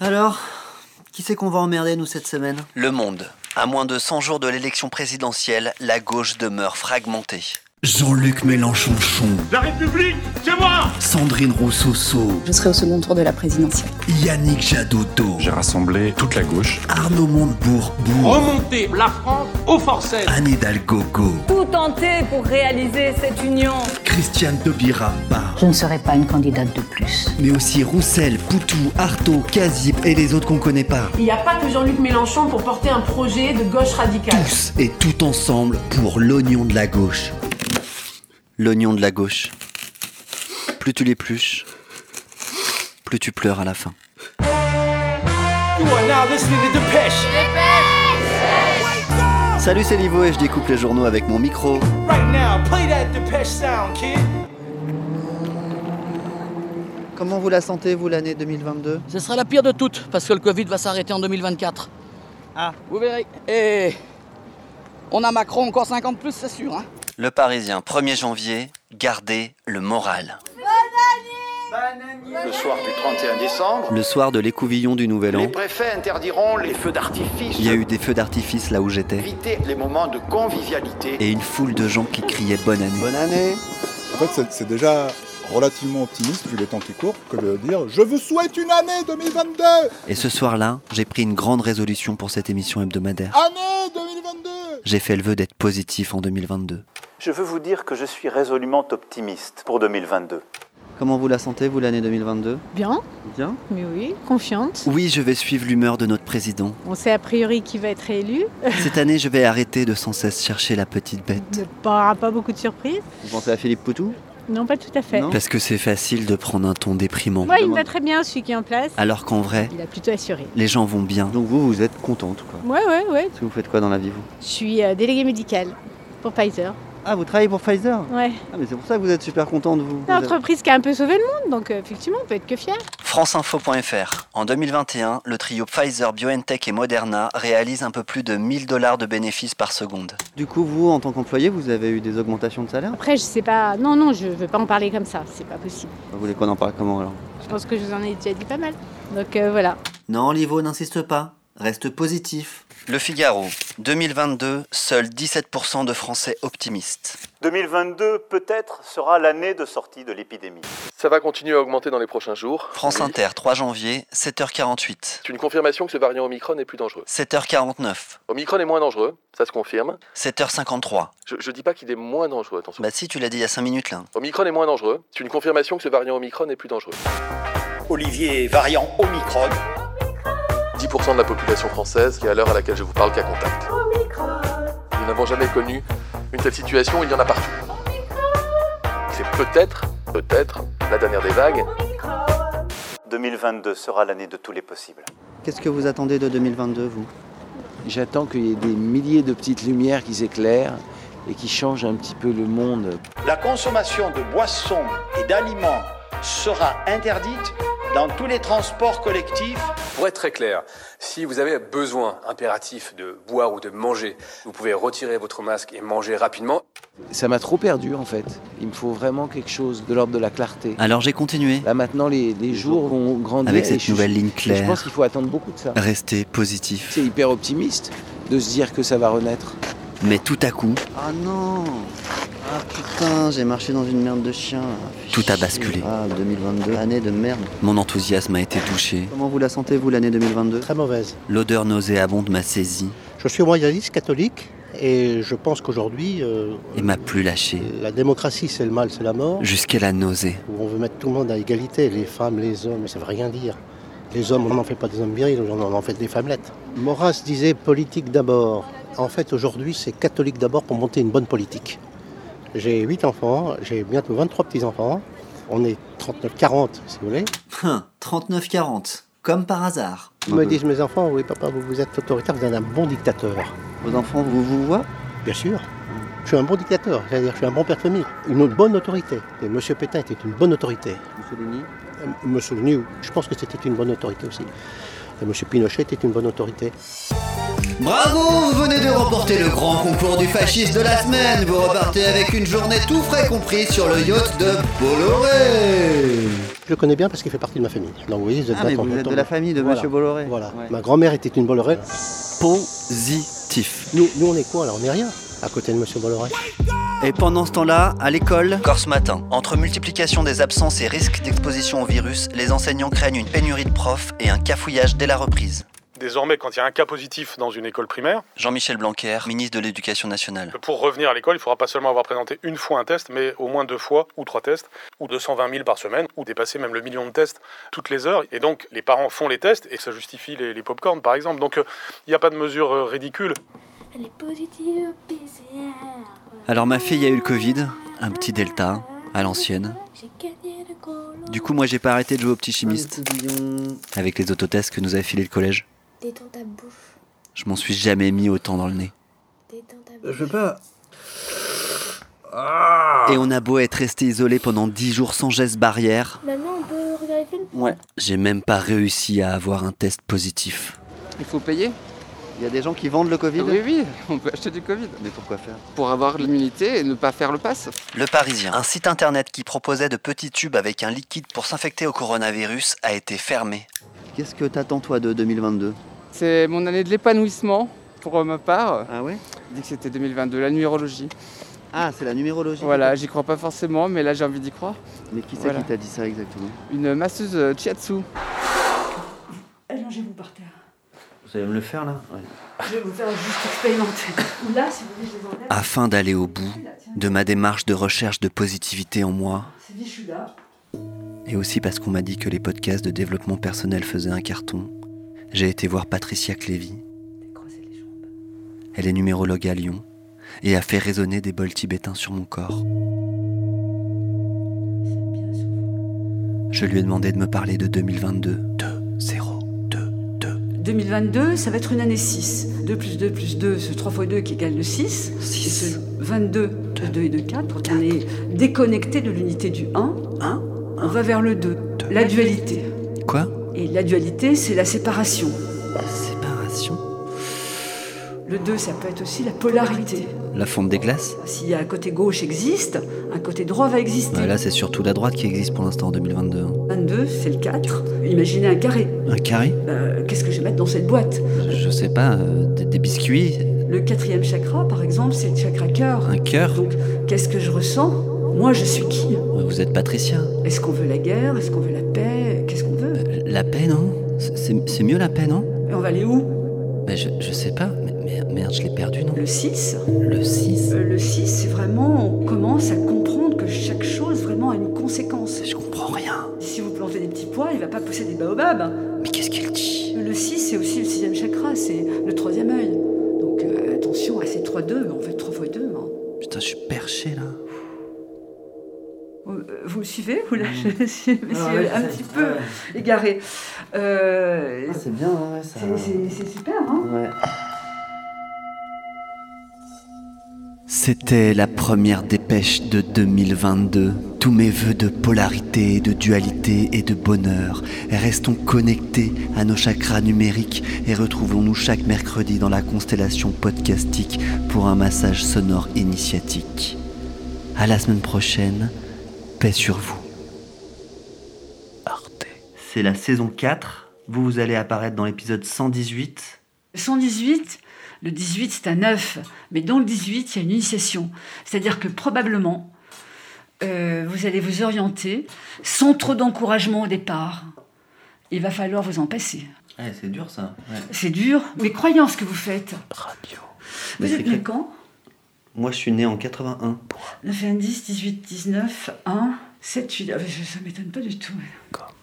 Alors, qui c'est qu'on va emmerder, nous, cette semaine Le Monde. À moins de 100 jours de l'élection présidentielle, la gauche demeure fragmentée. Jean-Luc Mélenchon Chon, La République, c'est moi Sandrine Rousseau, Je serai au second tour de la présidentielle. Yannick Jadotto, J'ai rassemblé toute la gauche. Arnaud Montebourg, Bourg, Remonter la France au forceps Anne Hidalgo, tout tenter pour réaliser cette union. Christiane Taubira Barre, Je ne serai pas une candidate de plus. mais aussi Roussel, Poutou, Artaud, Kazib et les autres qu'on connaît pas. Il n'y a pas que Jean-Luc Mélenchon pour porter un projet de gauche radicale. Tous et tout ensemble pour l'oignon de la gauche. L'oignon de la gauche. Plus tu l'épluches, plus tu pleures à la fin. Salut, c'est Livo et je découpe les journaux avec mon micro. Comment vous la sentez, vous, l'année 2022 Ce sera la pire de toutes, parce que le Covid va s'arrêter en 2024. Ah. Vous verrez. Et on a Macron encore 50 plus, c'est sûr. Hein. Le Parisien, 1er janvier, gardez le moral. Le soir du 31 décembre, Le soir de l'écouvillon du Nouvel les An, préfets interdiront les feux d'artifice. il y a eu des feux d'artifice là où j'étais Éviter les moments de convivialité. et une foule de gens qui criaient bonne année. Bonne année En fait, c'est- c'est déjà relativement optimiste, vu les temps qui courent, que de dire Je vous souhaite une année 2022 Et ce soir-là, j'ai pris une grande résolution pour cette émission hebdomadaire. Année 2022 J'ai fait le vœu d'être positif en 2022. Je veux vous dire que je suis résolument optimiste pour 2022. Comment vous la sentez, vous, l'année 2022 Bien, Bien. mais oui, confiante. Oui, je vais suivre l'humeur de notre président. On sait a priori qui va être élu. Cette année, je vais arrêter de sans cesse chercher la petite bête. Il n'y aura pas beaucoup de surprises. Vous pensez à Philippe Poutou Non, pas tout à fait. Non Parce que c'est facile de prendre un ton déprimant. Moi, il me va très bien, celui qui est en place. Alors qu'en vrai, Il a plutôt assuré. les gens vont bien. Donc vous, vous êtes contente, quoi. Ouais, ouais, ouais. Parce que vous faites quoi dans la vie, vous Je suis euh, déléguée médicale pour Pfizer. Ah, vous travaillez pour Pfizer Ouais. Ah, mais c'est pour ça que vous êtes super contente, vous. Une entreprise qui a un peu sauvé le monde, donc euh, effectivement, on peut être que fier. Franceinfo.fr. En 2021, le trio Pfizer, BioNTech et Moderna réalise un peu plus de 1000 dollars de bénéfices par seconde. Du coup, vous, en tant qu'employé, vous avez eu des augmentations de salaire Après, je sais pas. Non, non, je veux pas en parler comme ça. C'est pas possible. Vous voulez qu'on en parle comment, alors Je pense que je vous en ai déjà dit pas mal. Donc euh, voilà. Non, Livo, n'insiste pas. Reste positif. Le Figaro. 2022, seuls 17% de Français optimistes. 2022 peut-être sera l'année de sortie de l'épidémie. Ça va continuer à augmenter dans les prochains jours. France Inter, 3 janvier, 7h48. C'est une confirmation que ce variant Omicron est plus dangereux. 7h49. Omicron est moins dangereux, ça se confirme. 7h53. Je, je dis pas qu'il est moins dangereux, attention. Bah si, tu l'as dit il y a 5 minutes là. Omicron est moins dangereux. C'est une confirmation que ce variant Omicron est plus dangereux. Olivier, variant Omicron. 10% de la population française qui, à l'heure à laquelle je vous parle, qu'à contact. Nous n'avons jamais connu une telle situation, il y en a partout. C'est peut-être, peut-être, la dernière des vagues. 2022 sera l'année de tous les possibles. Qu'est-ce que vous attendez de 2022, vous J'attends qu'il y ait des milliers de petites lumières qui s'éclairent et qui changent un petit peu le monde. La consommation de boissons et d'aliments sera interdite dans tous les transports collectifs Pour être très clair, si vous avez besoin impératif de boire ou de manger, vous pouvez retirer votre masque et manger rapidement. Ça m'a trop perdu en fait. Il me faut vraiment quelque chose de l'ordre de la clarté. Alors j'ai continué. Là maintenant, les, les jours vont grandir. Avec Bah, et cette je- nouvelle ligne et Je pense claire. qu'il faut attendre beaucoup de ça. Restez positif. C'est hyper optimiste de se dire que ça va renaître. Mais tout à coup, Ah non Ah putain, j'ai marché dans une merde de chien. Tout a basculé. Ah, 2022, année de merde. mon enthousiasme a été touché. Comment vous la sentez, vous, l'année 2022 Très mauvaise. L'odeur nauséabonde m'a saisi Je suis royaliste catholique et je pense qu'aujourd'hui, euh, et m'a plus lâché. la démocratie c'est le mal, c'est la mort. Jusqu'à la nausée. Où on veut mettre tout le monde à égalité, les femmes, les hommes, ça veut rien dire. Les hommes, on n'en fait pas des hommes virils, on en fait des femmelettes. Maurras disait politique d'abord. En fait, aujourd'hui, c'est catholique d'abord pour monter une bonne politique. J'ai 8 enfants, j'ai bientôt 23 petits-enfants. On est 39-40, si vous voulez. Hein, 39-40. Comme par hasard. Ils me disent, mes enfants, oui, papa, vous, vous êtes autoritaire, vous êtes un bon dictateur. Vos enfants vous vous voient Bien sûr. Je suis un bon dictateur, c'est-à-dire je suis un bon père de famille, une bonne autorité. Et M. Pétain était une bonne autorité. Mussolini Euh, M. Lenny, je pense que c'était une bonne autorité aussi. Et M. Pinochet était une bonne autorité. Bravo, vous venez de remporter le grand concours du fasciste de la semaine. Vous repartez avec une journée tout frais compris sur le yacht de Bolloré. Je le connais bien parce qu'il fait partie de ma famille. Donc vous voyez, vous êtes, Ah, mais d'accord, vous êtes d'accord. de la famille de Voilà. Monsieur Bolloré. Voilà. Ouais. Ma grand-mère était une Bolloré. Positif. Nous, nous, on est quoi là On est rien à côté de Monsieur Bolloré. Et pendant ce temps-là, à l'école, Encore ce matin, entre multiplication des absences et risque d'exposition au virus, les enseignants craignent une pénurie de profs et un cafouillage dès la reprise. Désormais, quand il y a un cas positif dans une école primaire, Jean-Michel Blanquer, ministre de l'Éducation nationale. pour revenir à l'école, il ne faudra pas seulement avoir présenté une fois un test, mais au moins deux fois ou trois tests, ou 220 000 par semaine, ou dépasser même le million de tests toutes les heures. Et donc, les parents font les tests et ça justifie les, les pop-corns, par exemple. Donc, euh, il n'y a pas de mesure euh, ridicule. Elle est positive, PCR. Alors ma fille a eu le Covid, un petit delta, à l'ancienne. J'ai gagné le colo. Du coup, moi, j'ai pas arrêté de jouer au petit chimiste. Avec les autotests que nous a filé le collège, Détends ta bouche. je m'en suis jamais mis autant dans le nez. Détends ta Je peux pas. Et on a beau être resté isolé pendant 10 jours sans geste barrière. Maman, on peut regarder le film Ouais. J'ai même pas réussi à avoir un test positif. Il faut payer Il y a des gens qui vendent le Covid Oui, oui, on peut acheter du Covid. Mais pourquoi faire Pour avoir l'immunité et ne pas faire le pass. Le Parisien, un site internet qui proposait de petits tubes avec un liquide pour s'infecter au coronavirus, a été fermé. Qu'est-ce que t'attends toi de 2022 C'est mon année de l'épanouissement, pour euh, ma part. Ah ouais Dès que c'était 2022, la numérologie. Ah, c'est la numérologie Voilà, j'y crois pas forcément, mais là j'ai envie d'y croire. Mais qui c'est Voilà. qui t'a dit ça exactement Une masseuse euh, Chiatsu. Allongez-vous par terre. Vous allez me le faire là Je vais vous faire juste expérimenter. Ou là, si vous voulez, je les enlève. Afin d'aller au bout de ma démarche de recherche de positivité en moi, C'est fichu là. et aussi parce qu'on m'a dit que les podcasts de développement personnel faisaient un carton, j'ai été voir Patricia Clévy. Elle est numérologue à Lyon et a fait résonner des bols tibétains sur mon corps. Je lui ai demandé de me parler de 2022. 2, 0, 2, 2. 2022, ça va être une année 6. 2 plus 2 plus 2, ce 3 fois 2 qui égale le 6. 6. 22, 2, 2 et 2, 4. On est déconnecté de l'unité du 1. 1. On va vers le 2. La dualité. Quoi Et la dualité, c'est la séparation. La séparation Le 2, ça peut être aussi la polarité. La fonte des glaces Si un côté gauche existe, un côté droit va exister. Bah Là, c'est surtout la droite qui existe pour l'instant en 2022. hein. 22, c'est le 4. Imaginez un carré. Un carré Euh, Qu'est-ce que je vais mettre dans cette boîte Je sais pas, euh, des, des biscuits, Le quatrième chakra, par exemple, c'est le chakra cœur. un cœur Euh, Qu'est-ce que je ressens Moi, je suis qui Vous êtes Patricia Est-ce qu'on veut la guerre Est-ce qu'on veut la paix Qu'est-ce qu'on veut La paix, non C'est- C'est c'est mieux la paix, non Et on va aller où Mais je, je sais pas. Mais, mais- merde, je l'ai perdu, non Le 6 Le 6 Le 6, c'est vraiment, on commence à comprendre que chaque chose vraiment a une conséquence. Je comprends rien. Si vous plantez des petits pois, il va pas pousser des baobabs. Mais qu'est-ce qu'il dit Le 6, c'est aussi le sixième chakra, c'est le troisième œil. Donc euh, attention à ces 3-2, on fait 3 fois 2. Putain, je suis perché, là. Vous me suivez Vous là, je suis je suis Ah ouais, un c'est- petit peu égarée. Euh, Ah, c'est bien, hein, ouais, ça. c'est- c'est c'est super, hein Ouais. C'était la première dépêche de 2022. Tous mes voeux de polarité, de dualité et de bonheur. Restons connectés à nos chakras numériques et retrouvons-nous chaque mercredi dans la constellation podcastique pour un massage sonore initiatique. À la semaine prochaine, paix sur vous. Arte. C'est la saison 4. Vous, vous allez apparaître dans l'épisode 118. 118, le 18 c'est un 9, mais dans le 18 il y a une initiation. C'est-à-dire que probablement euh, vous allez vous orienter sans trop d'encouragement au départ. Il va falloir vous en passer. Eh, c'est dur ça. C'est dur, mais croyez en ce que vous faites. Radio. Mais Vous c'est êtes né clair. quand Moi, je suis né en 81. 9, 10, 18, 19, 1, 7, 8. Ah, ben, ça- ça m'étonne pas du tout. D'accord.